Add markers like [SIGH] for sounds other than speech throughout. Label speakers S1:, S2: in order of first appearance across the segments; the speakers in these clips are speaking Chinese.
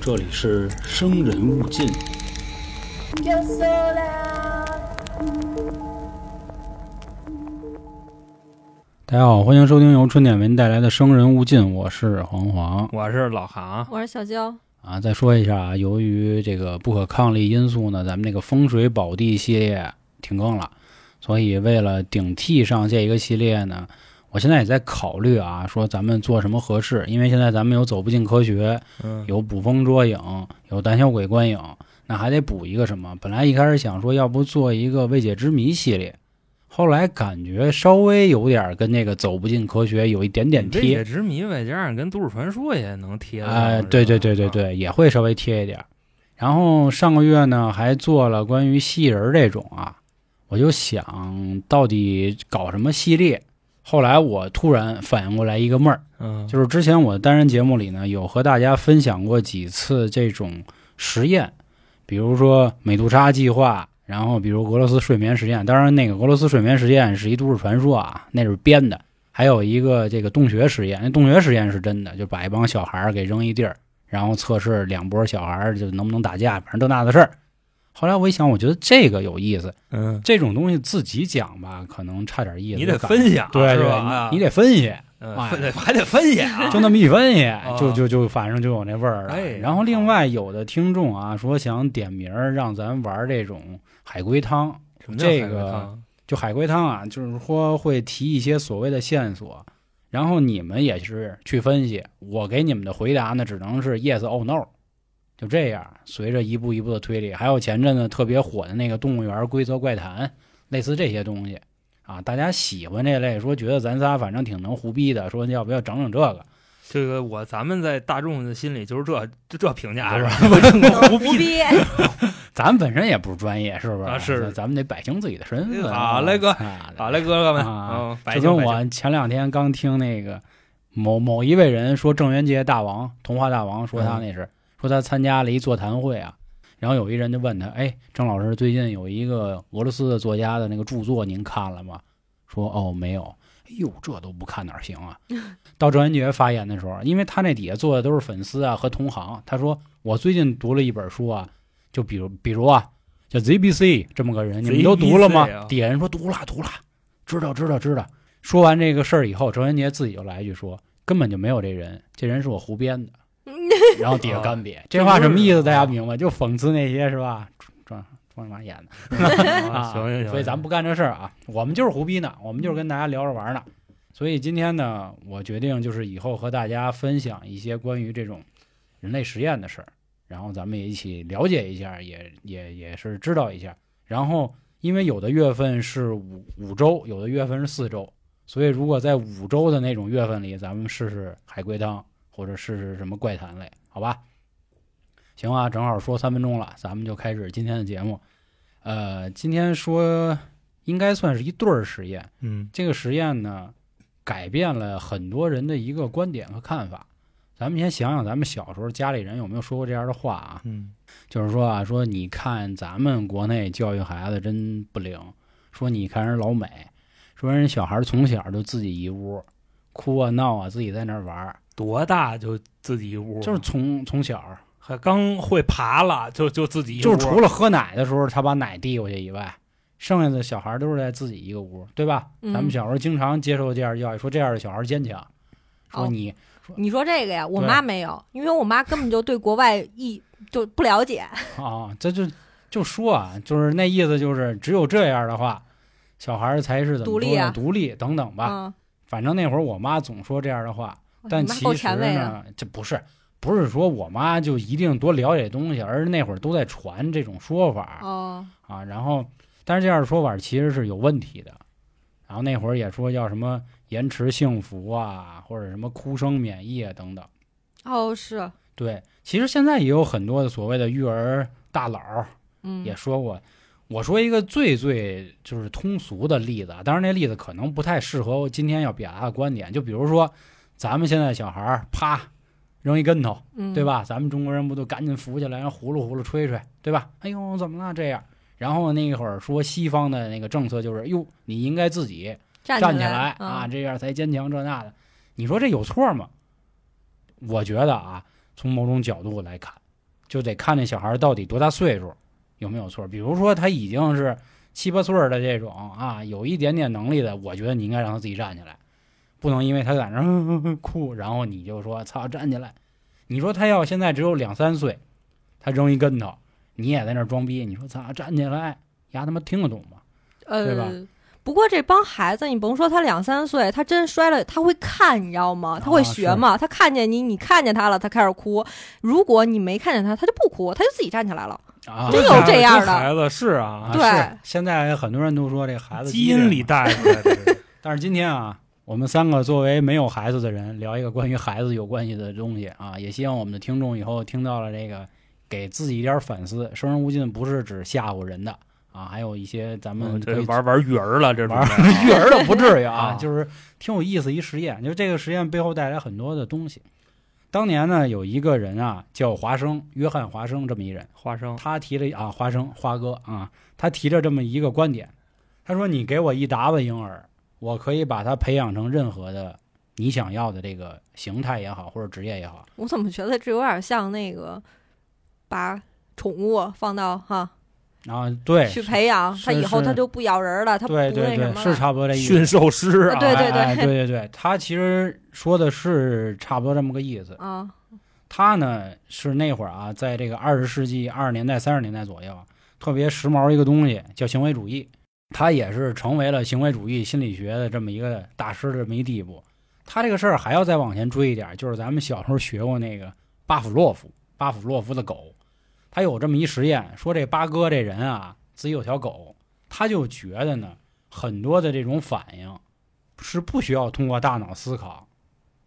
S1: 这里是《生人勿进》。
S2: Yo sola,
S1: 大家好，欢迎收听由春点为您带来的《生人勿进》，我是黄黄
S3: 我是老航，
S4: 我是小娇，
S1: 啊。再说一下啊，由于这个不可抗力因素呢，咱们这个风水宝地系列停更了，所以为了顶替上这一个系列呢，我现在也在考虑啊，说咱们做什么合适，因为现在咱们有走不进科学，
S3: 嗯，
S1: 有捕风捉影，有胆小鬼观影，那还得补一个什么？本来一开始想说，要不做一个未解之谜系列，后来感觉稍微有点儿跟那个走不进科学有一点点
S3: 未解
S1: 贴，
S3: 之谜外加上跟都市传说也能贴得上
S1: 哎、
S3: 是吧
S1: 对对对对对，也会稍微贴一点儿。然后上个月呢，还做了关于蜥蜴人儿这种啊，我就想到底搞什么系列。后来我突然反应过来一个闷儿，
S3: 嗯，
S1: 就是之前我单人节目里呢，有和大家分享过几次这种实验，比如说美杜莎计划，然后比如俄罗斯睡眠实验。当然，那个俄罗斯睡眠实验是一都市传说啊，那是编的。还有一个这个洞穴实验，那洞穴实验是真的，就把一帮小孩儿给扔一地儿，然后测试两拨小孩儿就能不能打架，反正这那的事儿。后来我一想，我觉得这个有意思，
S3: 嗯，
S1: 这种东西自己讲吧，可能差点意思。
S3: 你得
S1: 我感觉
S3: 分析啊
S1: 对
S3: 是
S1: 对，
S3: 吧
S1: 你你得分析。
S3: 嗯
S1: 哎
S3: 分得还得分析 [LAUGHS] 啊，
S1: [LAUGHS] 就那么一分析，就
S3: 啊
S1: 就就反正就有那味儿了。
S3: 哎
S1: 然后另外有的听众啊说想点名儿让咱玩这种海龟汤，
S3: 什么叫
S1: 这
S3: 海龟
S1: 个
S3: 汤
S1: 就海龟汤啊，就是说会提一些所谓的线索，然后你们也是去分析，我给你们的回答呢只能是 yes or no，就这样，随着一步一步的推理。还有前阵子特别火的那个《动物园规则怪谈》，类似这些东西啊，大家喜欢这类，说觉得咱仨反正挺能胡逼的，说要不要整整这个。
S3: 这个我咱们在大众的心里就是这这这评价是
S1: 不
S3: 吧？ [LAUGHS]
S1: 是
S4: 胡逼，
S1: 咱本身也不是专业，是不是？
S3: 啊是
S1: 咱们得摆清自己的身份
S3: 啊来哥
S1: 啊
S3: 好嘞，哥哥们，
S1: 啊
S3: 嗯，白
S1: 就
S3: 净
S1: 跟
S3: 白净
S1: 我前两天刚听那个某某一位人说郑渊洁大王、童话大王，说他那
S3: 嗯
S1: 是、说他参加了一座谈会啊，然后有一人就问他，哎，郑老师最近有一个俄罗斯的作家的那个著作您看了吗？说哦没有。哎呦，这都不看哪儿行
S3: [LAUGHS]
S1: 啊！到郑渊洁发言的时候，啊因为他那底下坐的都是粉丝啊和同行，他说我最近读了一本书啊，就比如比如啊，叫 ZBC 这么个人，你们都读了吗
S3: ZBC 啊？
S1: 底下人说读了读了，知道知道知道。说完这个事儿以后，郑渊洁自己就来一句说，根本就没有这人，这人是我胡编的。然后底下干瘪，这话什么意思？大家明白？就讽刺那些是吧？装装什么演的？ [LAUGHS] 啊，
S3: 啊行行行，
S1: 所以咱不干这事儿啊，我们就是胡逼呢，我们就是跟大家聊着玩儿呢。所以今天呢，我决定就是以后和大家分享一些关于这种人类实验的事儿，然后咱们也一起了解一下，也也也是知道一下。然后因为有的月份是五五周，有的月份是四周，所以如果在五周的那种月份里，咱们试试海龟汤或者试试什么怪谈类，好吧？行啊，正好说三分钟了，咱们就开始今天的节目。呃，今天说应该算是一对儿实验。
S3: 嗯
S1: 这个实验呢，改变了很多人的一个观点和看法。咱们先想想，咱们小时候家里人有没有说过这样的话啊？
S3: 嗯
S1: 就是说啊，说你看咱们国内教育孩子真不灵，说你看人老美，说人小孩从小就自己一屋，哭啊闹啊，自己在那儿玩儿，
S3: 多大就自己一屋，
S1: 就是从从小
S3: 还刚会爬了就就自己一屋，
S1: 就是除了喝奶的时候他把奶递过去以外，剩下的小孩都是在自己一个屋，对吧？
S4: 嗯
S1: 咱们小时候经常接受这样的教育，说这样的小孩坚强，说
S4: 哦
S1: 你
S4: 你说这个呀，我
S1: 对
S4: 妈没有，因为我妈根本就对国外一就不了解，
S1: 啊，这就就说啊，就是那意思，就是只有这样的话，小孩才是怎么
S4: 独立
S1: 说呢
S4: 啊
S1: 独立等等吧。
S4: 嗯，
S1: 反正那会儿我妈总说这样的话，但
S4: 你妈
S1: 其
S4: 够
S1: 实
S4: 前卫啊的，
S1: 呢，这不是不是说我妈就一定多了解东西，而是那会儿都在传这种说法。
S4: 哦，
S1: 啊，然后但是这样的说法其实是有问题的。然后那会儿也说要什么延迟幸福啊，或者什么哭声免疫啊等等。
S4: 哦是，
S1: 对，其实现在也有很多的所谓的育儿大佬儿
S4: 嗯，
S1: 也说过。我说一个最最就是通俗的例子啊，当然那例子可能不太适合我今天要表达的观点。就比如说，咱们现在小孩儿啪扔一跟头，
S4: 嗯
S1: 对？吧？咱们中国人不都赶紧扶起来，然后呼噜呼噜吹吹，对吧？哎呦，怎么了这样？然后那会儿说西方的那个政策就是，哟，你应该自己
S4: 站
S1: 站
S4: 起
S1: 来啊，
S4: 啊，
S1: 这样才坚强这那的。你说这有错吗？我觉得啊，从某种角度来看，就得看这小孩到底多大岁数，有没有错。比如说他已经是七八岁儿的这种啊，有一点点能力的，我觉得你应该让他自己站起来，不能因为他在那儿 [LAUGHS] 嗯嗯嗯哭，然后你就说操站起来。你说他要现在只有两三岁，他扔一跟头，你也在那儿装逼，你说操站起来，丫他妈听得懂吗？对吧
S4: 呃，不过这帮孩子，你甭说他两三岁，他真摔了，他会看，你知道吗？他
S1: 啊
S4: 会学嘛？他看见你，你看见他了，他开始哭。如果你没看见他，他就不哭，他就自己站起来了。
S1: 啊，
S4: 真有这样的
S3: 孩子是啊，
S1: 啊
S4: 对
S1: 是现在很多人都说这孩子
S3: 基因里带
S1: [LAUGHS]
S3: 出来的。
S1: 但是今天啊，我们三个作为没有孩子的人，聊一个关于孩子有关系的东西啊，也希望我们的听众以后听到了这个，给自己一点反思。生人勿近不是指吓唬人的啊，还有一些咱们
S3: 嗯，
S1: 可
S3: 这
S1: 以 [LAUGHS]
S3: 玩玩育儿了，这
S1: 玩
S3: 准备啊
S1: 育儿的不至于啊
S3: 啊，
S1: 就是挺有意思一实验，就是这个实验背后带来很多的东西。当年呢，有一个人啊，叫华生，约翰华生这么一人，
S3: 花生
S1: 他提了啊，花生花哥啊，他提了这么一个观点，他说：“你给我一沓子婴儿，我可以把他培养成任何的你想要的这个形态也好，或者职业也好。
S4: 我怎么觉得这有点像那个把宠物放到哈
S1: 然后对
S4: 去培养，
S1: 哎是
S4: 他以后
S1: 是
S4: 他就不咬人了，他不
S1: 对
S4: 那
S1: 对
S4: 什
S1: 对，
S4: 么
S1: 是
S4: 了。
S1: 差不多这意思。
S3: 驯兽师啊，
S4: 对对对
S1: 哎哎对对对，他其实说的是差不多这么个意思。
S4: 啊，
S1: 他呢是那会儿啊，在这个二十世纪二十年代、三十年代左右，啊特别时髦一个东西叫行为主义。他也是成为了行为主义心理学的这么一个大师的这么一地步。他这个事儿还要再往前追一点，就是咱们小时候学过那个巴甫洛夫，巴甫洛夫的狗，他有这么一实验，说这八哥这人啊，自己有条狗，他就觉得呢，很多的这种反应是不需要通过大脑思考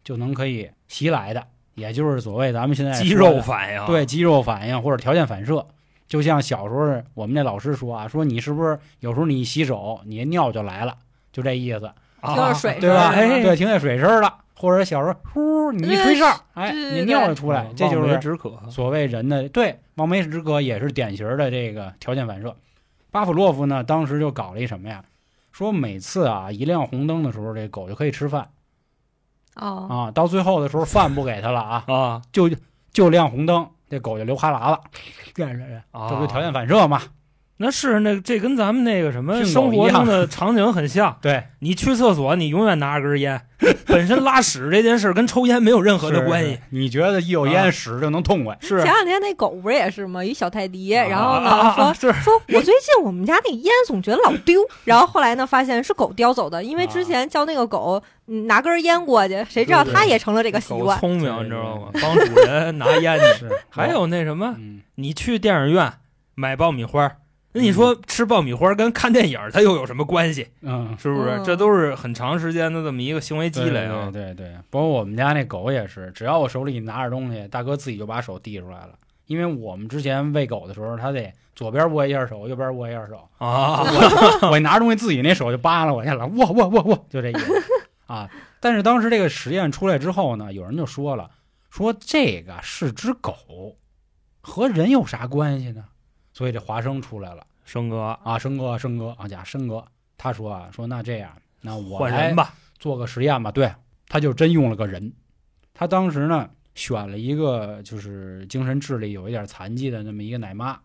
S1: 就能可以袭来的，也就是所谓咱们现在
S3: 肌
S1: 哎说的
S3: 肉反应，
S1: 对肌肉反应或者条件反射。就像小时候我们那老师说啊，说你是不是有时候你一洗手，你尿就来了，就这意思，
S3: 啊，
S4: 就是水
S1: 对吧？
S4: 声儿
S1: 哎，对，听见水声儿了，或者小时候呼，你一吹哨，哎，
S4: 对对
S1: 你
S4: 对
S1: 尿就出来，这就
S3: 嗯望梅
S1: 是
S3: 止渴。
S1: 所谓人的对望梅止渴，也是典型的这个条件反射。巴甫洛夫呢，当时就搞了一什么呀？说每次啊一亮红灯的时候，这狗就可以吃饭
S4: 哦，
S1: 啊，到最后的时候饭不给它了啊，
S3: 啊
S1: 就就亮红灯，这狗就流哈喇子，这这这
S3: 啊！
S1: 这不就条件反射嘛？
S3: 那是那这跟咱们那个什么
S1: 训
S3: 生
S1: 狗一
S3: 活
S1: 样
S3: 中的场景很像。
S1: 对，
S3: 你去厕所，你永远拿着根烟，本身拉屎这件事儿跟抽烟没有任何的关系。。
S1: 你觉得一有
S3: 啊
S1: 烟屎就能痛快？
S3: 是
S4: 前两天那狗不是也是吗？一小泰迪，然后
S3: 啊啊
S4: 呢
S3: 啊
S4: 说
S3: 是
S4: 说我最近我们家那烟总觉得老丢，然后后来呢发现是狗叼走的，因为之前叫那个狗嗯拿根烟过去，谁知道
S1: 对对
S4: 它也成了这个习
S3: 狗
S4: 惯。
S3: 聪
S1: 对
S3: 明，你知道吗？帮主人拿烟去。
S1: 是，
S3: 还有那什么，
S1: 嗯，
S3: 你去电影院买爆米花，那你说吃爆米花跟看电影它又有什么关系？
S1: 嗯，
S3: 是不是
S4: 嗯？
S3: 这都是很长时间的这么一个行为积累啊
S1: 对。对对对，包括我们家那狗也是，只要我手里拿着东西，大哥自己就把手递出来了。因为我们之前喂狗的时候，它得左边握一下手，右边握一下
S3: [LAUGHS]
S1: 手。
S3: 啊，
S1: [LAUGHS] 我一拿东西，自己那手就扒拉我去了，握握握握，就这意思啊。但是当时这个实验出来之后呢，有人就说了，说这个是只狗，和人有啥关系呢？所以这华生出来了。
S3: 生哥
S1: 啊，生哥，生哥，啊，家生哥，他说啊，说那这样，那我
S3: 换
S1: 来
S3: 人吧，
S1: 做个实验吧。对，他就真用了个人。他当时呢选了一个就是精神智力有一点残疾的那么一个奶妈，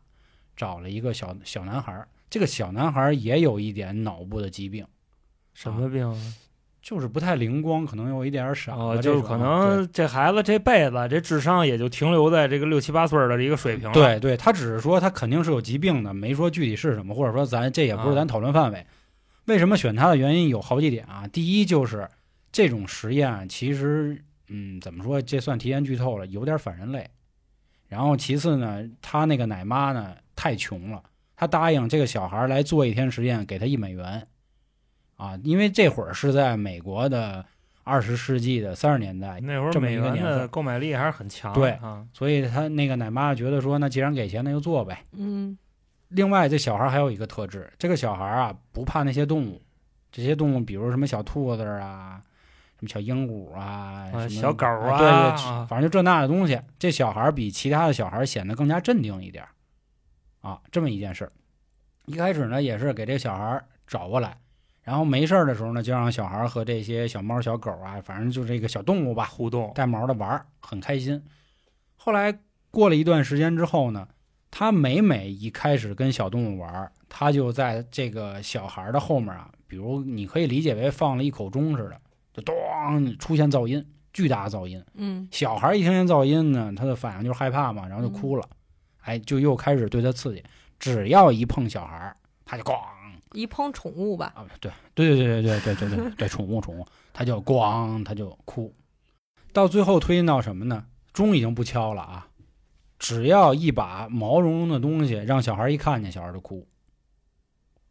S1: 找了一个小小男孩儿。这个小男孩儿也有一点脑部的疾病，
S3: 什么病啊？
S1: 就是不太灵光，可能有一点儿傻吧、啊
S3: 哦，
S1: 这
S3: 就是
S1: 种
S3: 可能这孩子这辈子这智商也就停留在这个六七八岁儿的一个水平了。
S1: 对对，他只是说他肯定是有疾病的，没说具体是什么，或者说咱这也不是
S3: 啊
S1: 咱讨论范围。为什么选他的原因有好几点啊？第一就是这种实验啊其实，嗯，怎么说，这算提前剧透了，有点反人类。然后其次呢，他那个奶妈呢太穷了，他答应这个小孩来做一天实验，给他一美元，啊，因为这会儿是在美国的二十世纪的三十年代，
S3: 那会儿
S1: 这么
S3: 美
S1: 一个
S3: 元
S1: 年
S3: 的
S1: 份
S3: 购买力还是很强。
S1: 对
S3: 啊，
S1: 所以他那个奶妈觉得说，那既然给钱，那就做呗。
S4: 嗯，
S1: 另外，这小孩还有一个特质，这个小孩啊不怕那些动物，这些动物比如什么小兔子啊，什么小鹦鹉啊，
S3: 啊
S1: 什么
S3: 小狗啊
S1: 对
S3: 啊
S1: 对，反正就这那的东西。这小孩比其他的小孩显得更加镇定一点儿啊，这么一件事儿。一开始呢，也是给这小孩找过来，然后没事儿的时候呢，就让小孩和这些小猫、小狗啊，反正就这个小动物吧，
S3: 互动
S1: 带毛的玩儿，很开心。后来过了一段时间之后呢，他每每一开始跟小动物玩儿，他就在这个小孩儿的后面啊，比如你可以理解为放了一口钟似的，就咚出现噪音，巨大的噪音。
S4: 嗯
S1: 小孩儿一听见噪音呢，他的反应就是害怕嘛，然后就哭了，哎，就又开始对他刺激。只要一碰小孩儿，他就咣
S4: 一碰宠物吧，
S1: 啊，对对对对对对对对对对，宠物宠物，他就咣他就哭，到最后推进到什么呢？钟已经不敲了啊，只要一把毛茸茸的东西让小孩儿一看见，小孩儿就哭。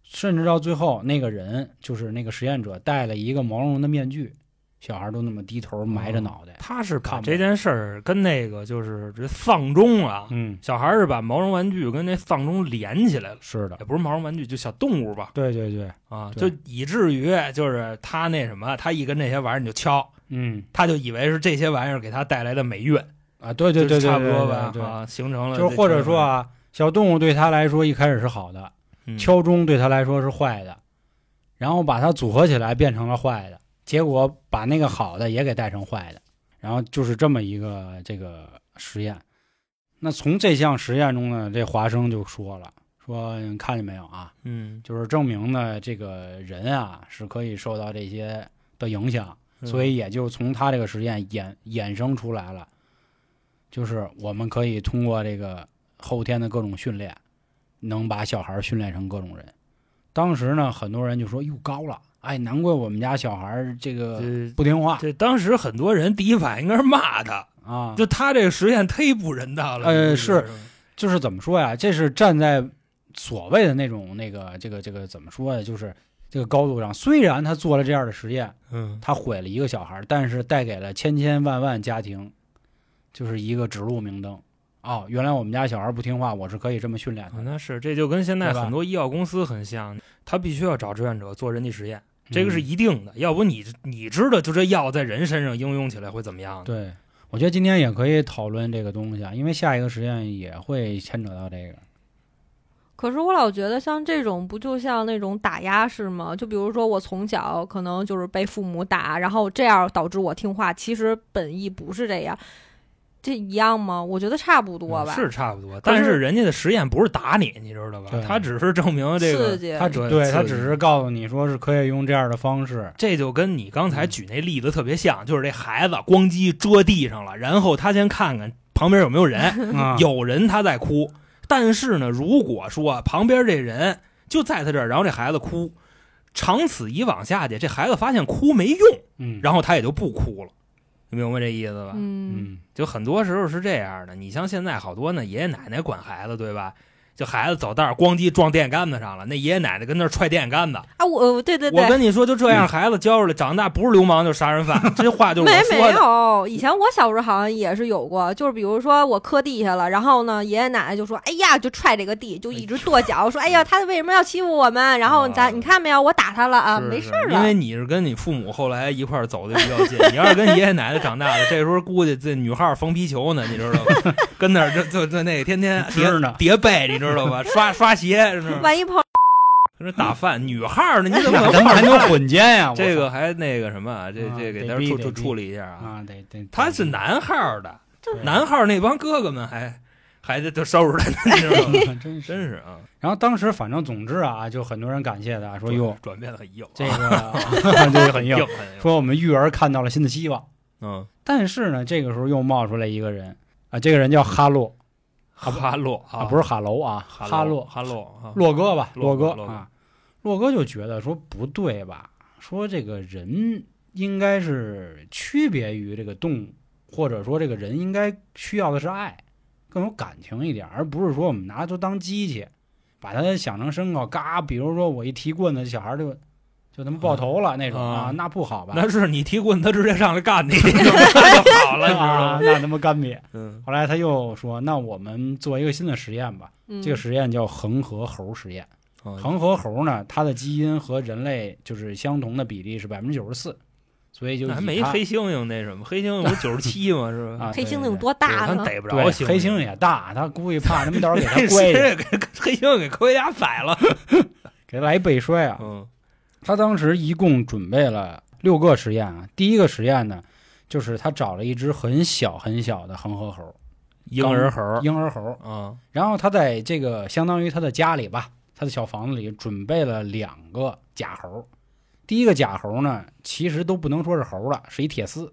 S1: 甚至到最后，那个人就是那个实验者戴了一个毛茸茸的面具，小孩儿都那么低头埋
S3: 嗯
S1: 着脑袋。
S3: 他是把
S1: 看吧
S3: 这件事儿跟那个就是这放钟啊，
S1: 嗯，
S3: 小孩儿是把毛绒玩具跟那放钟连起来了，
S1: 是的，
S3: 也不是毛绒玩具，就小动物吧
S1: 对对对，
S3: 啊，就
S1: 对
S3: 以至于就是他那什么，他一跟这些玩意儿你就敲，
S1: 嗯
S3: 他就以为是这些玩意儿给他带来的美运，
S1: 啊，对对对对，
S3: 就是差不
S1: 对
S3: 多吧
S1: 对对
S3: 啊，形成了
S1: 就是
S3: 这
S1: 或者
S3: 种
S1: 说啊，小动物对他来说一开始是好的，
S3: 嗯
S1: 敲钟对他来说是坏的，然后把它组合起来变成了坏的，结果把那个好的也给带成坏的，然后就是这么一个这个实验。那从这项实验中呢，这华生就说了，说你看见没有啊，
S3: 嗯，
S1: 就是证明呢这个人啊是可以受到这些的影响，
S3: 嗯
S1: 所以也就从他这个实验衍衍生出来了，就是我们可以通过这个后天的各种训练，能把小孩儿训练成各种人。当时呢，很多人就说：“哟，高了，哎，难怪我们家小孩儿这个
S3: 这
S1: 不听话
S3: [LAUGHS] 这当时很多人第一反应应该是骂他，
S1: 啊。”
S3: 就他这个实验忒不人道了。
S1: 呃
S3: 你
S1: 是
S3: 说吧
S1: 就是怎么说呀？这是站在所谓的那种那个这个这个怎么说呀？就是这个高度上，虽然他做了这样的实验，
S3: 嗯，
S1: 他毁了一个小孩儿，但是带给了千千万万家庭，就是一个指路明灯。哦，原来我们家小孩儿不听话，我是可以这么训练
S3: 啊
S1: 他的。
S3: 那是这就跟现在
S1: 对吧
S3: 很多医药公司很像，他必须要找志愿者做人体实验，这个是
S1: 嗯
S3: 一定的，要不你你知道就这药在人身上应用起来会怎么样呢？嗯
S1: 对，我觉得今天也可以讨论这个东西啊，因为下一个实验也会牵扯到这个。
S4: 可是我老觉得像这种不就像那种打压式吗？就比如说我从小可能就是被父母打，然后这样导致我听话，其实本意不是这样，这一样吗？我觉得差不多吧。
S3: 嗯是差不多，
S4: 可是
S3: 但是人家的实验不是打你，你知道吧
S1: 对？
S3: 他只是证明这
S4: 刺
S3: 个，
S4: 激，
S1: 他只
S3: 对
S1: 对
S3: 刺
S1: 他
S3: 激
S1: 只是告诉你说是可以用这样的方式，
S3: 这就跟你刚
S1: 嗯
S3: 才举那例子特别像，就是这孩子咣叽遮地上了，然后他先看看旁边有没 [LAUGHS] 有人，
S1: 啊、
S3: 有人他在哭，但是呢，如果说旁边这人就在他这儿，然后这孩子哭，长此以往下去，这孩子发现哭没用，
S1: 嗯，
S3: 然后他也就不哭了，你明白这意思吧？
S4: 嗯，
S1: 嗯
S3: 就很多时候是这样的。你像现在好多呢，爷爷奶奶管孩子，对吧？就孩子走道儿咣叽撞电线杆子上了，那爷爷奶奶跟那儿踹电线杆子。
S4: 啊，我我对对
S3: 我
S4: 对，
S3: 跟你说，就这样，孩子教出来，长大不是流氓就是杀人犯。这话就是
S4: 没
S3: 我
S4: 没
S3: 说的。
S4: 有，以前我小时候好像也是有过，就是比如说我磕地下了，然后呢，爷爷奶奶就说：“哎呀，就踹这个地，就一直跺脚，说：‘哎呀，他为什么要欺负我们？’然后
S3: 啊
S4: 咱你看没有，我打他了啊，
S3: 是
S4: 没
S3: 是
S4: 事儿
S3: 因为
S4: 了。
S3: 你是跟你父母后来一块儿走的比较近。你要是跟爷爷奶奶长大的，这时候估计这女号缝皮球呢，你知道吧？ [LAUGHS] 跟那儿就就就那天天叠
S1: 知呢
S3: 叠被，你知道吧？刷刷鞋，是吧
S4: 万一碰
S3: 跟那打饭。女号呢，你怎么
S1: 咱们还能混
S3: [LAUGHS]
S1: 奸呀、我
S3: 这
S1: 操
S3: 个还那个什么啊，这
S1: 啊
S3: 这给
S1: 得
S3: 大家
S1: 逼
S3: 处
S1: 得
S3: 处
S1: 逼
S3: 处理一下啊。
S1: 啊，得得，
S3: 他是男号的，
S1: 对 [LAUGHS]
S3: 男号那帮哥哥们还还得都收拾他，你知道吗？ [LAUGHS]
S1: 真
S3: 真是啊，
S1: 然后当时反正总之啊，就很多人感谢他，说哟，
S3: 转变得很硬啊，
S1: 这个对很硬，
S3: 硬很硬。
S1: 说我们育儿看到了新的希望。
S3: 嗯，
S1: 但是呢，这个时候又冒出来一个人啊，这个人叫哈洛
S3: 哈洛
S1: 啊，
S3: 啊，
S1: 不是哈楼啊，
S3: 哈
S1: 哈
S3: 洛
S1: 洛
S3: 哈洛啊，
S1: 洛哥吧，
S3: 洛
S1: 洛
S3: 哥
S1: 哥
S3: 洛哥
S1: 啊，洛哥就觉得说不对吧，说这个人应该是区别于这个动物，或者说这个人应该需要的是爱，更有感情一点，而不是说我们拿它都当机器，把它想成身高，嘎，比如说我一提棍子，小孩就就他妈爆头了那种
S3: 啊
S1: 啊，那不好吧？
S3: 那是你提棍，他直接上来干你，你就好了，你
S1: [LAUGHS]
S3: 知道
S1: 啊
S3: 吗？，
S1: 那他妈干瘪。
S3: [LAUGHS] 嗯，
S1: 后来他又说，那我们做一个新的实验吧，
S4: 嗯
S1: 这个实验叫恒河猴实验。
S3: 嗯好，
S1: 恒河猴呢，它的基因和人类就是相同的比例是百分之九十四，所以就
S3: 那还
S1: 以
S3: 没
S1: 它
S3: 黑猩猩那什么，黑猩猩不 [LAUGHS] 九十七吗？是吧？
S1: 啊，
S4: 黑
S1: 对对
S4: 猩猩有
S1: 对
S4: 多大
S3: 他
S4: 呢？
S3: 逮不着
S1: 对
S3: 猩，
S1: 黑猩猩也大，他估计怕他
S3: [LAUGHS]
S1: 们到时候给
S3: 黑
S1: 它
S3: 猩
S1: 跪下，
S3: 猩给 [LAUGHS] 黑猩猩给盔甲宰了。
S1: 给它来一背摔啊！
S3: 嗯
S1: 他当时一共准备了六个实验啊。第一个实验呢，就是他找了一只很小很小的恒河猴，
S3: 婴儿猴儿
S1: 婴儿猴。
S3: 啊，
S1: 然后他在这个相当于他的家里吧，他的小房子里准备了两个假猴。第一个假猴呢，其实都不能说是猴了，是一铁丝，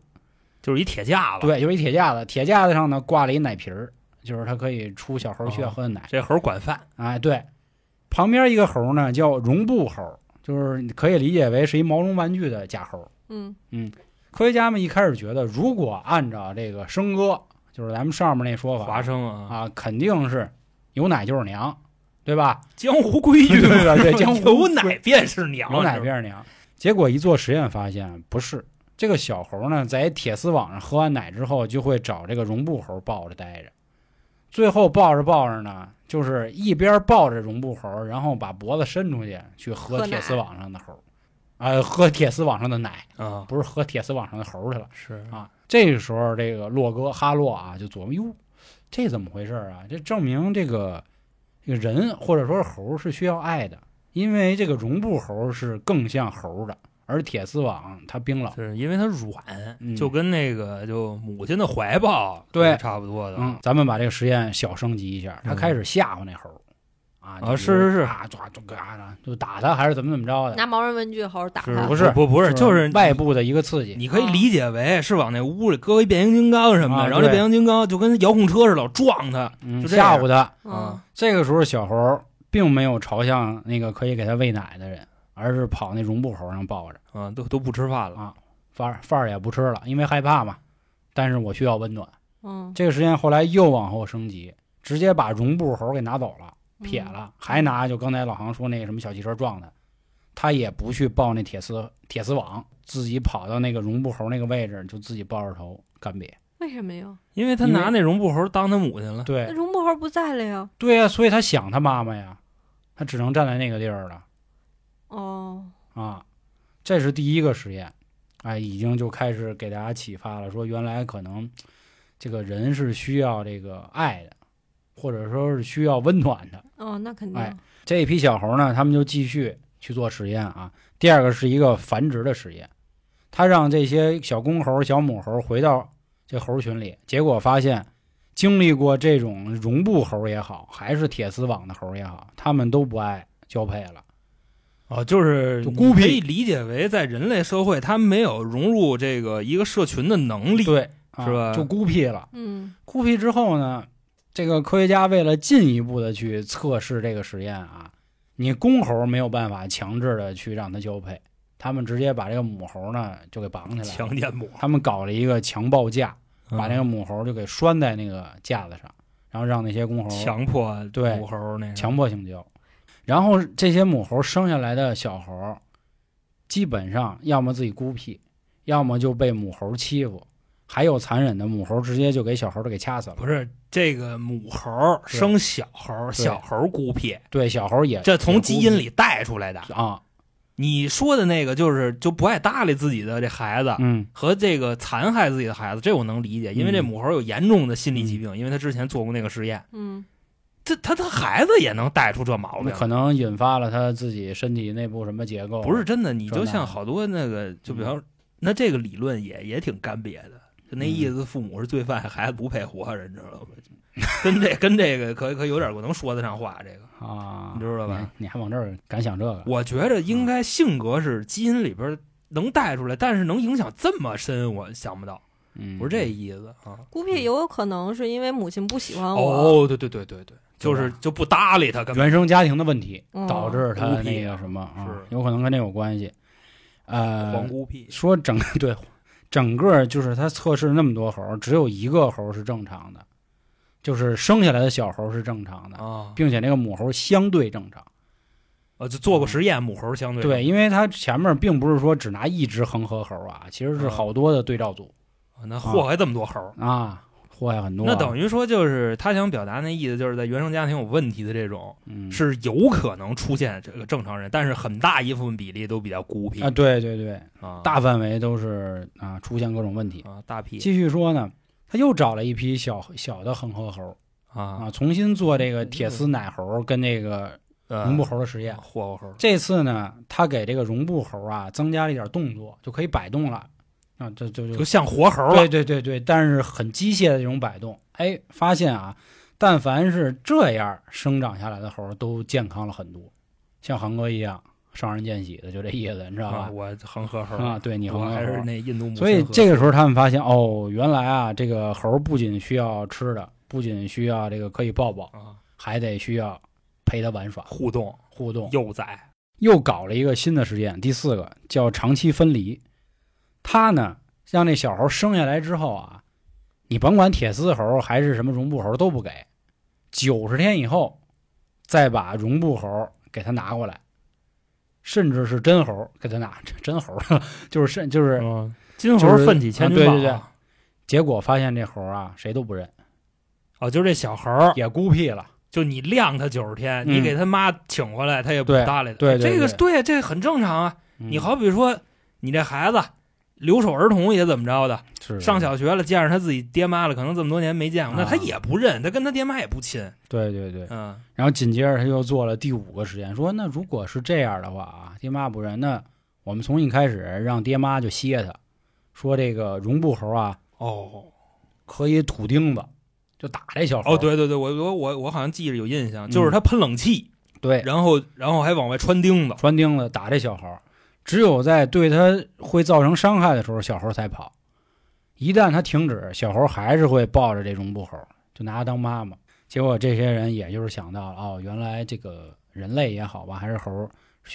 S3: 就是一铁架子。
S1: 对，就是一铁架子。铁架子上呢挂了一奶瓶儿，就是它可以出小猴血
S3: 哦
S1: 喝的奶。
S3: 这猴儿管饭，
S1: 哎，对，旁边一个猴呢叫绒布猴，就是你可以理解为是一毛绒玩具的假猴。
S4: 嗯，
S1: 科学家们一开始觉得，如果按照这个生哥，就是咱们上面那说
S3: 华
S1: 法
S3: 生啊，
S1: 啊，肯定是有奶就是娘，对吧？
S3: 江湖规 [LAUGHS] 矩嘛，
S1: 对吧？对，江湖
S3: 有奶便是娘，
S1: 有奶
S3: 是吧
S1: 便是娘。啊结果一做实验发现不是，这个小猴呢，在铁丝网上喝完奶之后，就会找这个绒布猴抱着待着。最后抱着抱着呢，就是一边抱着绒布猴，然后把脖子伸出去去喝
S4: 喝奶
S1: 铁丝网上的猴，啊、喝铁丝网上的奶，
S3: 啊，
S1: 不是喝铁丝网上的猴去了
S3: 是
S1: 啊。这个时候，这个洛哥哈洛啊就琢磨，哟，这怎么回事啊？这证明这个这个人或者说是猴是需要爱的，因为这个绒布猴是更像猴的，而铁丝网它冰冷。
S3: 是因为它软，
S1: 嗯
S3: 就跟那个就母亲的怀抱
S1: 对
S3: 是差不多的。嗯
S1: 嗯，咱们把这个实验小升级一下，他开始吓唬那猴儿，啊
S3: 啊是是是
S1: 啊，抓就嘎的就打他还是怎么怎么着的，
S4: 拿毛人文具好好打
S3: 是
S4: 他
S1: 不。是
S3: 不不是，就是
S1: 外部的一个刺激。
S3: 你可以理解为是往那屋里搁一变形金刚什么的，
S1: 啊
S3: 然后这
S1: 对
S3: 变形金刚就跟遥控车似的，老撞它
S1: 嗯
S3: 就这
S1: 吓
S3: 样
S1: 唬他。
S4: 嗯，
S1: 这个时候，小猴儿并没有朝向那个可以给他喂奶的人，而是跑那绒布猴上抱着，
S3: 啊，都都不吃饭了。
S1: 饭儿饭儿也不吃了，因为害怕嘛。但是我需要温暖。
S4: 嗯，
S1: 这个实验后来又往后升级，直接把绒布猴给拿走了。
S4: 嗯
S1: 撇。了，还拿就刚才老航说那个什么小汽车撞的，他也不去抱那铁丝铁丝网，自己跑到那个绒布猴那个位置，就自己抱着头干瘪。
S4: 为什么呀？
S3: 因为他拿那绒布猴当他母亲了，
S4: 那
S1: 对
S4: 绒布猴不在了呀。
S1: 对呀、所以他想他妈妈呀，他只能站在那个地儿了
S4: 哦，
S1: 啊。这是第一个实验，哎，已经就开始给大家启发了，说原来可能这个人是需要这个爱的，或者说是需要温暖的。
S4: 哦，那肯
S1: 哎
S4: 定。
S1: 这一批小猴呢，他们就继续去做实验啊。第二个是一个繁殖的实验，他让这些小公猴、小母猴回到这猴群里，结果发现，经历过这种绒布猴也好，还是铁丝网的猴也好，他们都不爱交配了。
S3: 哦，就是
S1: 就孤僻
S3: 你可以理解为在人类社会，他没有融入这个一个社群的能力。
S1: 对，啊
S3: 是吧
S1: 就孤僻了。
S4: 嗯
S1: 孤僻之后呢，这个科学家为了进一步的去测试这个实验啊，你公猴没有办法强制的去让它交配，他们直接把这个母猴呢就给绑起来了，
S3: 强奸魔，
S1: 他们搞了一个强暴架，把那个
S3: 嗯
S1: 母猴就给拴在那个架子上，然后让那些公猴
S3: 强迫
S1: 对
S3: 母猴那个
S1: 强迫性交。然后这些母猴生下来的小猴，基本上要么自己孤僻，要么就被母猴欺负，还有残忍的母猴直接就给小猴都给掐死了。
S3: 不是这个母猴
S1: 对
S3: 生小猴，小猴孤僻，
S1: 对，小猴也
S3: 这从基因
S1: 也
S3: 里带出来的
S1: 孤。僻啊，
S3: 你说的那个就是就不爱搭理自己的这孩子，
S1: 嗯，
S3: 和这个残害自己的孩子，这我能理解，因为这
S1: 嗯
S3: 母猴有严重的心理疾病，因为他之前做过那个实验，
S4: 嗯
S3: 这他他孩子也能带出这毛病
S1: 那，可能引发了他自己身体内部什么结构？啊
S3: 不是真的。你
S1: 这
S3: 就
S1: 那嗯
S3: 像
S1: 的
S3: 好多那个，就比方、那这个理论也也挺干瘪的，就那意
S1: 嗯
S3: 思，父母是罪犯，孩子不配活着，你知道吗？跟这跟这个可可有点我能说得上话，这个
S1: 啊，
S3: 你知道吧
S1: 你？你还往这儿敢想这个？
S3: 我觉着
S1: 嗯
S3: 应该性格是基因里边能带出来，但是能影响这么深，我想不到，
S1: 嗯，
S3: 不是这意思啊。
S4: 孤僻也有可能是因为母亲不喜欢我，
S3: 哦，对对对对对，就是就不搭理他，根本
S1: 原生家庭的问题
S4: 嗯
S1: 导致他
S3: 孤僻
S1: 那
S3: 啊
S1: 个什么啊
S3: 是，
S1: 有可能跟这有关系。
S3: 黄
S1: 呃，
S3: 孤僻。
S1: 说整 [LAUGHS] 对整个就是他测试那么多猴儿，只有一个猴儿是正常的，就是生下来的小猴儿是正常的，
S3: 啊，
S1: 并且那个母猴儿相对正常。
S3: 呃，就做过实验，母猴相对
S1: 对，因为它前面并不是说只拿一只恒河猴儿啊，其实是
S3: 嗯
S1: 好多的对照组
S3: 啊那祸害这么多猴儿，
S1: 啊，祸害很多啊。
S3: 那等于说就是他想表达那意思，就是在原生家庭有问题的这种
S1: 嗯
S3: 是有可能出现这个正常人，但是很大一部分比例都比较孤僻
S1: 啊，对对对，
S3: 啊，
S1: 大范围都是啊出现各种问题。
S3: 啊大屁
S1: 继续说呢，他又找了一批小小的恒河猴儿。
S3: 啊
S1: 啊，重新做这个铁丝奶猴跟这个
S3: 呃
S1: 绒布猴的实验。
S3: 霍霍猴儿
S1: 这次呢，他给这个绒布猴啊增加了一点动作，就可以摆动了。啊，这这
S3: 就
S1: 就
S3: 像活猴了
S1: 对。对对对，但是很机械的这种摆动，哎，发现啊，但凡是这样生长下来的猴儿都健康了很多，像韩哥一样上人见喜的，就这意思，你知道
S3: 啊，
S1: 吧？
S3: 我恒河猴，
S1: 啊，对你恒
S3: 我
S1: 河
S3: 还
S1: 猴
S3: 是
S1: 儿
S3: 那印度母。
S1: 所以这个时候他们发现，哦，原来啊，这个猴儿不仅需要吃的，不仅需要这个可以抱抱，
S3: 啊，
S1: 还得需要陪它玩耍、
S3: 互动
S1: 互动。
S3: 幼崽
S1: 又搞了一个新的实验，第四个叫长期分离。他呢，让那小猴生下来之后啊，你甭管铁丝猴还是什么绒布猴都不给，九十天以后再把绒布猴给他拿过来，甚至是真猴给他拿，真猴 [LAUGHS] 就是甚就是
S3: 嗯，金
S1: 就
S3: 猴
S1: 是
S3: 奋起千钧
S1: 啊
S3: 棒
S1: 对对对
S3: 啊
S1: 结果发现这猴啊谁都不认，
S3: 哦，就是这小猴，
S1: 也孤僻了。
S3: 就你晾他九十天，
S1: 嗯
S3: 你给他妈请回来，他也不
S1: 对
S3: 搭理他。哎
S1: 对对
S3: 这个
S1: 对
S3: 对，这很正常啊。
S1: 嗯
S3: 你好比说，你这孩子留守儿童也怎么着的，
S1: 是
S3: 上小学了见着他自己爹妈了，可能这么多年没见过，那
S1: 啊
S3: 他也不认，他跟他爹妈也不亲。
S1: 对对对，
S3: 嗯，
S1: 然后紧接着他又做了第五个实验，说那如果是这样的话啊，爹妈不认，那我们从一开始让爹妈就歇他，说这个绒布猴啊
S3: 哦
S1: 可以吐钉子，就打这小猴。
S3: 哦，对对对，我我我我好像记着有印象，
S1: 嗯
S3: 就是他喷冷气，
S1: 对，
S3: 然后然后还往外穿钉子。
S1: 穿钉子打这小猴，只有在对他会造成伤害的时候，小猴才跑。一旦他停止，小猴还是会抱着这绒布猴，就拿它当妈妈。结果这些人也就是想到了，哦，原来这个人类也好吧，还是猴儿，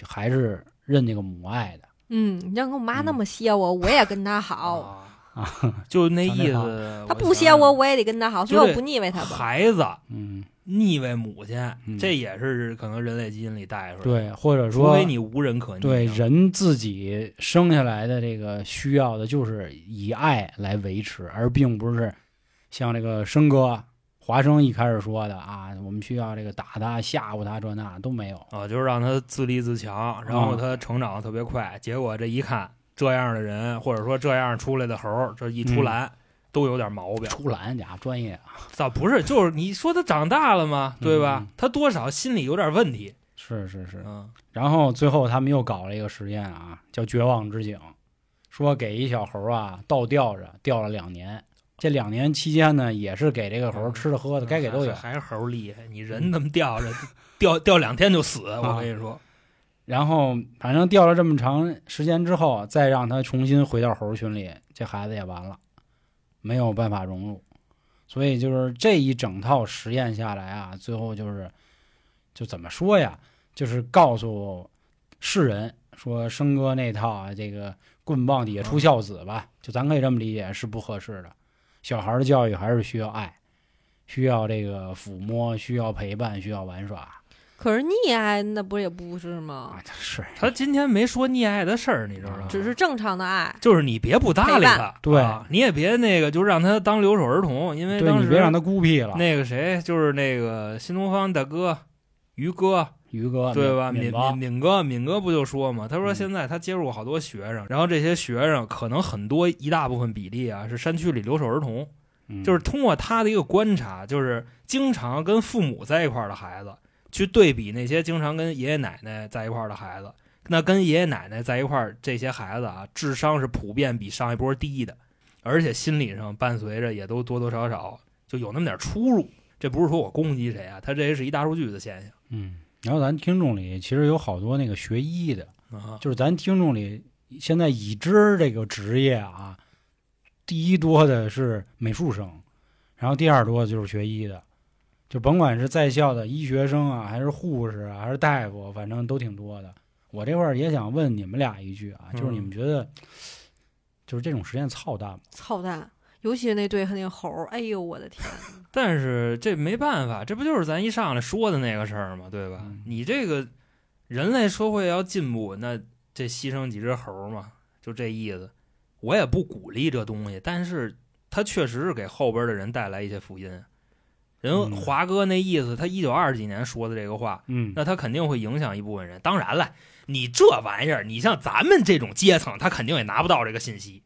S1: 还是认这个母爱的。
S4: 嗯，你让我妈那么歇我，我也跟她
S1: 哦
S4: 好。
S3: 啊， [LAUGHS] 就那意
S1: 尝
S3: 思，
S4: 她哦
S3: 我
S4: 不歇
S3: 想
S4: 我，我也得跟她好，所以
S3: 就
S4: 我
S3: 这
S4: 不腻歪她吧。
S3: 孩子
S1: 嗯，
S3: 腻歪母亲，
S1: 嗯
S3: 这也是可能人类基因里带出来的。
S1: 对，或者
S3: 除
S1: 说
S3: 非你无人可逆。
S1: 对人自己生下来的这个需要的就是以爱来维持，而并不是像这个生哥华生一开始说的啊，我们需要这个打他、吓唬他，这那都没有。
S3: 啊，就是让他自立自强，然
S1: 嗯
S3: 后他成长得特别快。结果这一看，这样的人或者说这样出来的猴儿，这一
S1: 嗯
S3: 出栏、都有点毛病。
S1: 出栏家专业啊，
S3: 咋不是？就是你说他长大了嘛，对吧？
S1: 嗯
S3: 他多少心里有点问题。
S1: 是是是。
S3: 嗯，
S1: 然后最后他们又搞了一个实验啊，叫绝望之井，说给一小猴啊倒吊着，吊了两年。这两年期间呢，也是给这个猴吃的喝的，该给都有。
S3: 嗯还还是猴儿厉害，你人那么吊着，吊吊两天就死。我
S1: 啊
S3: 跟你说，
S1: 然后反正吊了这么长时间之后，再让他重新回到猴群里，这孩子也完了，没有办法融入。所以就是这一整套实验下来啊，最后就是就怎么说呀，就是告诉世人说生哥那套啊，这个棍棒底下出孝子吧， [LAUGHS] 就咱可以这么理解是不合适的。小孩的教育还是需要爱，需要这个抚摸，需要陪伴，需要玩
S3: 啊
S1: 耍
S4: 可是溺爱那不是也不是吗
S1: 啊？，是
S3: 他今天没说溺爱的事儿，你知道吗？
S4: 只是正常的爱。
S3: 就是你别不搭
S4: 陪
S3: 理他，
S1: 啊对
S3: 啊你也别那个，就让他当留守儿童，因为
S1: 对
S3: 当时
S1: 你别让他孤僻了。
S3: 那个谁，就是那个新东方大哥，于哥，
S1: 于哥，
S3: 对吧？啊敏
S1: 敏
S3: 敏
S1: 包，
S3: 敏哥，敏哥不就说嘛，他说
S1: 嗯
S3: 现在他接触过好多学生，然后这些学生可能很多一大部分比例啊是山区里留守儿童，
S1: 嗯
S3: 就是通过他的一个观察，就是经常跟父母在一块儿的孩子，去对比那些经常跟爷爷奶奶在一块儿的孩子，那跟爷爷奶奶在一块儿这些孩子啊，智商是普遍比上一波低的，而且心理上伴随着也都多多少少就有那么点出入。这不是说我攻击谁啊，他这是一大数据的现象
S1: 嗯。然后咱听众里其实有好多那个学医的，
S3: 啊。
S1: 就是咱听众里现在已知这个职业啊，第一多的是美术生，然后第二多的就是学医的，就甭管是在校的医学生啊，还是护士啊，还是大夫，反正都挺多的。我这块儿也想问你们俩一句啊，就是你们觉得，就是这种实验操蛋吗？
S4: 操蛋！尤其是那对那猴儿，哎呦我的天！
S1: 嗯
S3: 但是这没办法，这不就是咱一上来说的那个事儿吗？对吧？
S1: 嗯
S3: 你这个人类社会要进步，那这牺牲几只猴儿嘛，就这意思。我也不鼓励这东西，但是它确实是给后边的人带来一些福音。人
S1: 嗯
S3: 华哥那意思，他一九二几年说的这个话，
S1: 嗯，
S3: 那他肯定会影响一部分人。当然了，你这玩意儿，你像咱们这种阶层，他肯定也拿不到这个信息，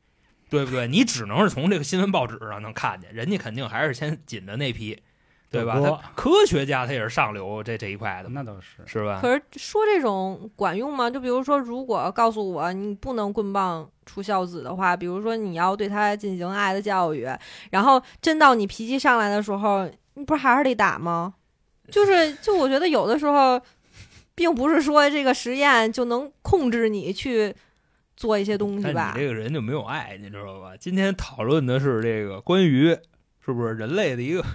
S3: 对不对？你只能是从这个新闻报纸上能看见，人家肯定还是先紧着那批，对吧？
S1: 有
S3: 他
S1: 锅
S3: 科学家他也是上流这这一块的嘛，
S1: 那倒是，
S3: 是吧？
S4: 可是说这种管用吗？就比如说，如果告诉我你不能棍棒出孝子的话，比如说你要对他进行爱的教育，然后真到你脾气上来的时候，你不是还是得打
S3: [LAUGHS]
S4: 吗？就是，就我觉得有的时候，并不是说这个实验就能控制你去做一些东西
S3: 但
S4: 吧
S3: 你。这个人就没有爱，你知道吧？今天讨论的是这个关于是不是人类的一个
S4: 嗯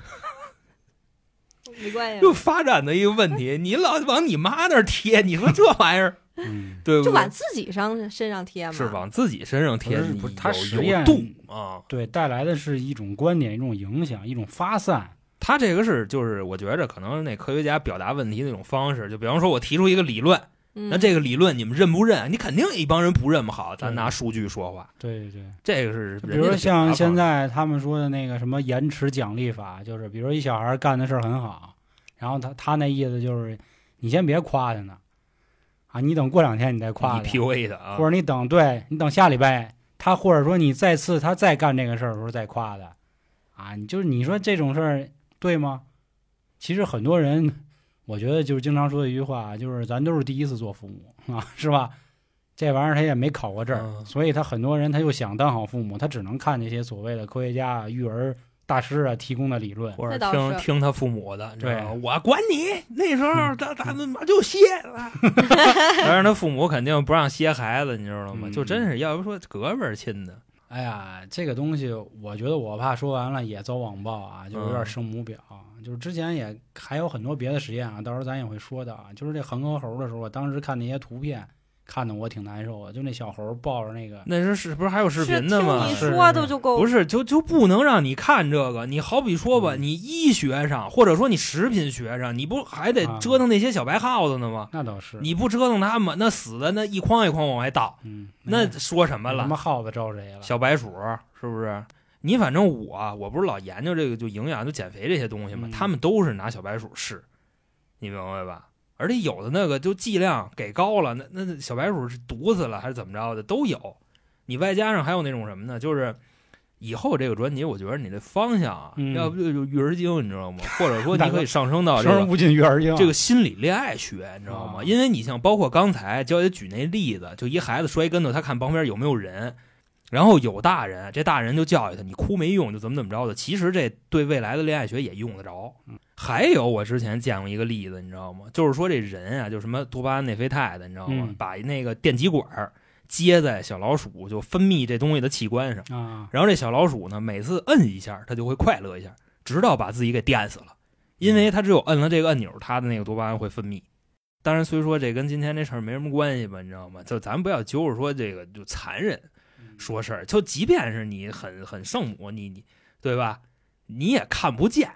S4: 没关系
S3: 又，发展的一个问题，你老往你妈那儿贴，你说这玩意儿
S1: 嗯，
S3: 对不
S4: 就
S3: 对
S4: 往？自己上身上贴嘛。
S3: 是？往自己身上贴，
S1: 不是
S3: 你
S1: 不是他
S3: 有
S1: 实验
S3: 有度啊。
S1: 对，带来的是一种观点、一种影响、一种发散。
S3: 他这个是就是我觉着可能是那科学家表达问题那种方式，就比方说我提出一个理论，
S4: 嗯，
S3: 那这个理论你们认不认？你肯定一帮人不认嘛，好，咱
S1: 对
S3: 拿数据说话，
S1: 对对对，
S3: 这个是人家
S1: 比如说
S3: 的表达
S1: 像
S3: 方式
S1: 现在他们说的那个什么延迟奖励法，就是比如说一小孩干的事儿很好，然后他他那意思就是你先别夸他呢，啊，你等过两天你再夸
S3: 你
S1: 他，
S3: PUA 的啊
S1: 或，者你等对你等下礼拜他或者说你再次他再干这个事儿的时候再夸他，啊，你就是你说这种事儿对吗？其实很多人，我觉得就是经常说的一句话，就是咱都是第一次做父母 [LAUGHS] 啊，是吧？这玩意儿他也没考过证儿，
S3: 嗯
S1: 所以他很多人他又想当好父母，他只能看那些所谓的科学家啊、育儿大师啊提供的理论。
S3: 或者
S4: 这倒
S3: 听
S4: 是
S3: 听他父母的，你知道
S1: 对
S3: 吗？我管你，那时候咱咱们妈就歇
S4: [LAUGHS]
S3: 了。嗯 [LAUGHS] 当然，他父母肯定不让歇孩子，你知道吗？
S1: 嗯
S3: 就真是要不说隔辈儿亲的，
S1: 哎呀，这个东西，我觉得我怕说完了也遭网暴啊，就
S3: 嗯
S1: 有点圣母婊。啊就是之前也还有很多别的实验啊，到时候咱也会说的啊。就是这横膈猴的时候，我当时看那些图片，看的我挺难受的。就那小猴抱着那个，
S3: 那时候是不是还有视
S4: 是
S3: 频的吗
S4: 听你？
S1: 是
S4: 说
S1: 是
S4: 的
S1: 是
S4: 就够。
S3: 不是，就就不能让你看这个。你好比说吧，
S1: 嗯
S3: 你医学上，或者说你食品学上，你不还得
S1: 啊
S3: 折腾那些小白耗子呢吗？
S1: 那倒是，
S3: 你不折腾他们，那死的那一筐一筐往外倒，
S1: 嗯，
S3: 那
S1: 怎
S3: 说什么
S1: 么
S3: 了
S1: 他？妈耗子招谁了？
S3: 小白鼠是不是？你反正我我不是老研究这个就营养就减肥这些东西嘛，
S1: 嗯
S3: 他们都是拿小白鼠试，你明白吧？而且有的那个就剂量给高了，那那那小白鼠是毒死了还是怎么着的都有。你外加上还有那种什么呢？就是以后这个专辑，我觉得你这方向啊，
S1: 嗯
S3: 要不就就育儿经，你知道吗？或者说
S1: 大
S3: 你
S1: 哥
S3: 可以上升到这
S1: 生人
S3: 个
S1: 勿近，育儿精。
S3: 这个心理恋爱学，你知道吗？
S1: 啊
S3: 因为你像包括刚才娇姐举那例子，就一孩子摔跟头，他看旁边有没有人，然后有大人，这大人就教育他，你哭没用，就怎么怎么着的。其实这对未来的恋爱学也用得着。
S1: 嗯
S3: 还有我之前见过一个例子，你知道吗？就是说这人啊，就什么多巴胺内啡肽的，你知道吗？
S1: 嗯
S3: 把那个电极管儿接在小老鼠就分泌这东西的器官上，
S1: 啊，
S3: 然后这小老鼠呢，每次摁一下，它就会快乐一下，直到把自己给电死了。因
S1: 嗯
S3: 为它只有摁了这个按钮，它的那个多巴胺会分泌。当然，虽说这跟今天这事儿没什么关系吧，你知道吗？就咱不要揪着说这个就残忍
S1: 嗯
S3: 说事儿，就即便是你很很圣母，你你对吧？你也看不见。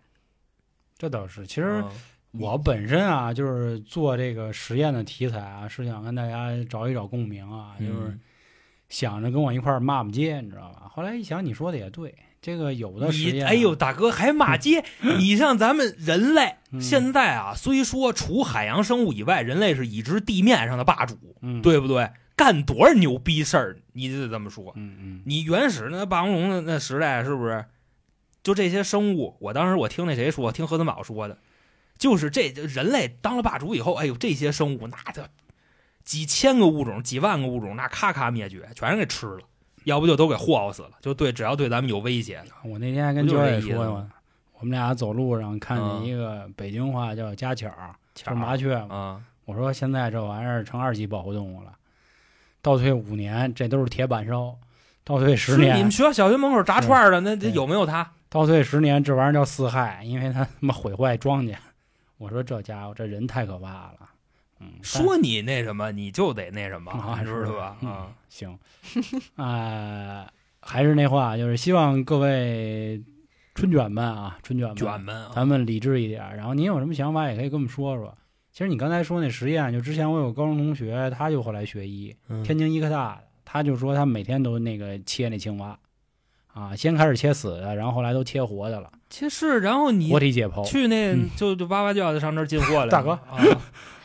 S1: 这倒是。其
S3: 其
S1: 实我本身啊，就是做这个实验的题材啊，是想跟大家找一找共鸣啊，就是。
S3: 嗯
S1: 想着跟我一块儿骂骂街，你知道吧？后来一想，你说的也对，这个有的实
S3: 你
S1: 验，啊
S3: 哎呦，，大哥还骂街！你像咱们人类
S1: 嗯
S3: 现在啊，虽说除海洋生物以外，人类是已知地面上的霸主，
S1: 嗯，，
S3: 对不对？干多少牛逼事儿，你就得这么说。
S1: 嗯嗯，
S3: 你原始那霸王龙的那时代，是不是？就这些生物，我当时我听那谁说，听何森堡说的，就是这这人类当了霸主以后，哎呦，这些生物那这几千个物种、几万个物种，那咔咔灭绝，全给吃了，要不就都给霍霍死了，就对，只要对咱们有威胁的，
S1: 我那天还跟
S3: 不就
S1: 焦
S3: 是
S1: 姐
S3: 这意思
S1: 说
S3: 吗
S1: 呢，我们俩走路上看
S3: 嗯
S1: 见一个北京话叫家巧儿，就是麻
S3: 雀
S1: 雀嘛。
S3: 啊，
S1: 我说现在这玩意儿成二级保护动物了，倒退五年这都是铁板烧，倒退十
S3: 是你们
S1: 年，
S3: 学校小学门口炸
S1: 是
S3: 串儿的，那那
S1: 对哎
S3: 有没有它？
S1: 倒退十年这玩意儿叫四害，因为它 [LAUGHS] 他妈毁坏庄稼。我说这家伙这人太可怕了，嗯，但
S3: 说你那什么，你就得那什么，
S1: 啊
S3: 你知
S1: 是
S3: 道吧
S1: 吧？
S3: 啊，
S1: 行，啊、还是那话，就是希望各位春卷们啊，春卷们，
S3: 卷们啊，
S1: 咱们理智一点儿。然后您有什么想法，也可以跟我们说说。其实你刚才说那实验，就之前我有高中同学，他就后来学医，
S3: 嗯
S1: 天津医科大的，他就说他每天都那个切那青蛙，啊，先开始切死的，然后后来都切活的了，
S3: 其实，然后你
S1: 活体解剖。
S3: 去那
S1: 嗯
S3: 就就哇哇叫的上这儿进货来了，
S1: 大哥
S3: 啊，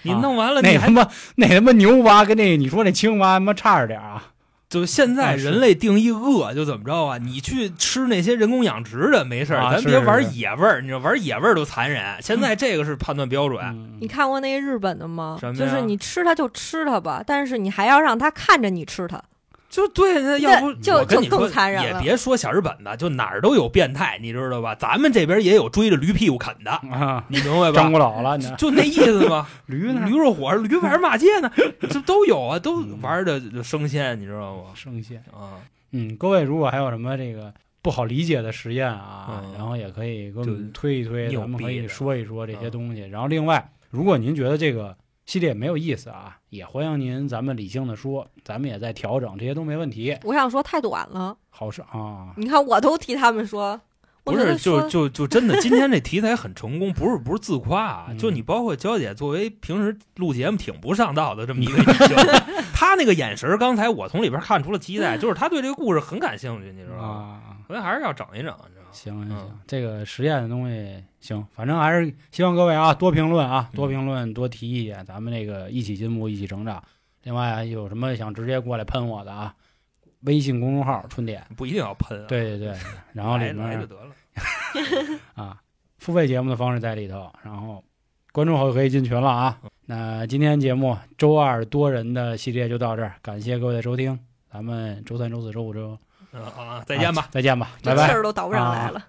S3: 你弄完了
S1: 那
S3: 你
S1: 他
S3: 还
S1: 妈那他妈牛蛙跟那你说那青蛙他妈差着点儿啊！
S3: 就现在
S1: 啊是
S3: 人类定义恶就怎么着啊？你去吃那些人工养殖的没事儿，
S1: 啊
S3: 咱
S1: 是
S3: 别
S1: 是
S3: 玩
S1: 是
S3: 野味儿，你知道玩野味儿都残忍。现在这个是判断标准，
S1: 嗯
S4: 你看过那日本的吗
S3: 什么？呀
S4: 就是你吃它就吃它吧，但是你还要让它看着你吃它。
S3: 就对，那要不
S4: 那就
S3: 我跟你
S4: 就
S3: 说
S4: 更残忍
S3: 也
S4: 了
S3: 别说小日本吧，就哪儿都有变态，你知道吧？咱们这边也有追着驴屁股啃的，
S1: 啊，
S3: 你明白
S1: 张果
S3: 吧？
S1: 老了，你看
S3: 就那意思吧。
S1: [LAUGHS] 驴呢？嗯
S3: 驴肉火烧、驴牌骂街呢，这都有啊，都玩的生鲜，你知道吗？
S1: 生鲜。
S3: 啊，
S1: 嗯，各位如果还有什么这个不好理解的实验啊，
S3: 嗯
S1: 然后也可以给我
S3: 就
S1: 们推一推，
S3: 牛
S1: 咱们可
S3: 逼
S1: 以
S3: 的嗯
S1: 说一说这些东西。然后另外，如果您觉得这个系列没有意思啊，也欢迎您咱们理性的说，咱们也在调整，这些都没问题。
S4: 我想说太短了，
S1: 好事
S3: [LAUGHS]
S1: 啊，
S4: 你看我都替他们说，我
S3: 不
S4: 觉
S3: 是，
S4: 得
S3: 就
S4: 说
S3: 就就真的，今天这题材很成
S1: [LAUGHS]
S3: 功，不是不是自夸啊，
S1: 嗯
S3: 就你包括娇姐作为平时录节目挺不上道的这么一个女
S1: [LAUGHS]
S3: 性，她那个眼神儿，刚才我从里边看出了
S1: [LAUGHS]
S3: 期待，就是她对这个故事很感兴趣，你知道吗？
S1: 啊，
S3: 我觉得还是要整一整，你知道吗？
S1: 行行行
S3: 嗯，
S1: 这个实验的东西行，反正还是希望各位啊多评论啊，
S3: 嗯
S1: 多评论，多提意见，咱们这个一起进步，一起成长。另外啊有什么想直接过来喷我的啊，微信公众号“春点
S3: 不一定要喷、啊”，，
S1: 对对
S3: [LAUGHS]
S1: 对，然后
S3: 来
S1: 里
S3: 来就
S1: 面
S3: 得了。
S1: 啊付费节目的方式在里头，然后关注后可以进群了啊。
S3: 嗯
S1: 那今天节目周二多人的系列就到这儿，感谢各位的收听，咱们周三、周四周五、周
S3: 嗯啊，再见吧。
S1: 啊再见吧，
S4: 这
S1: 拜
S4: 气
S1: 拜。
S4: 儿都倒不上来了。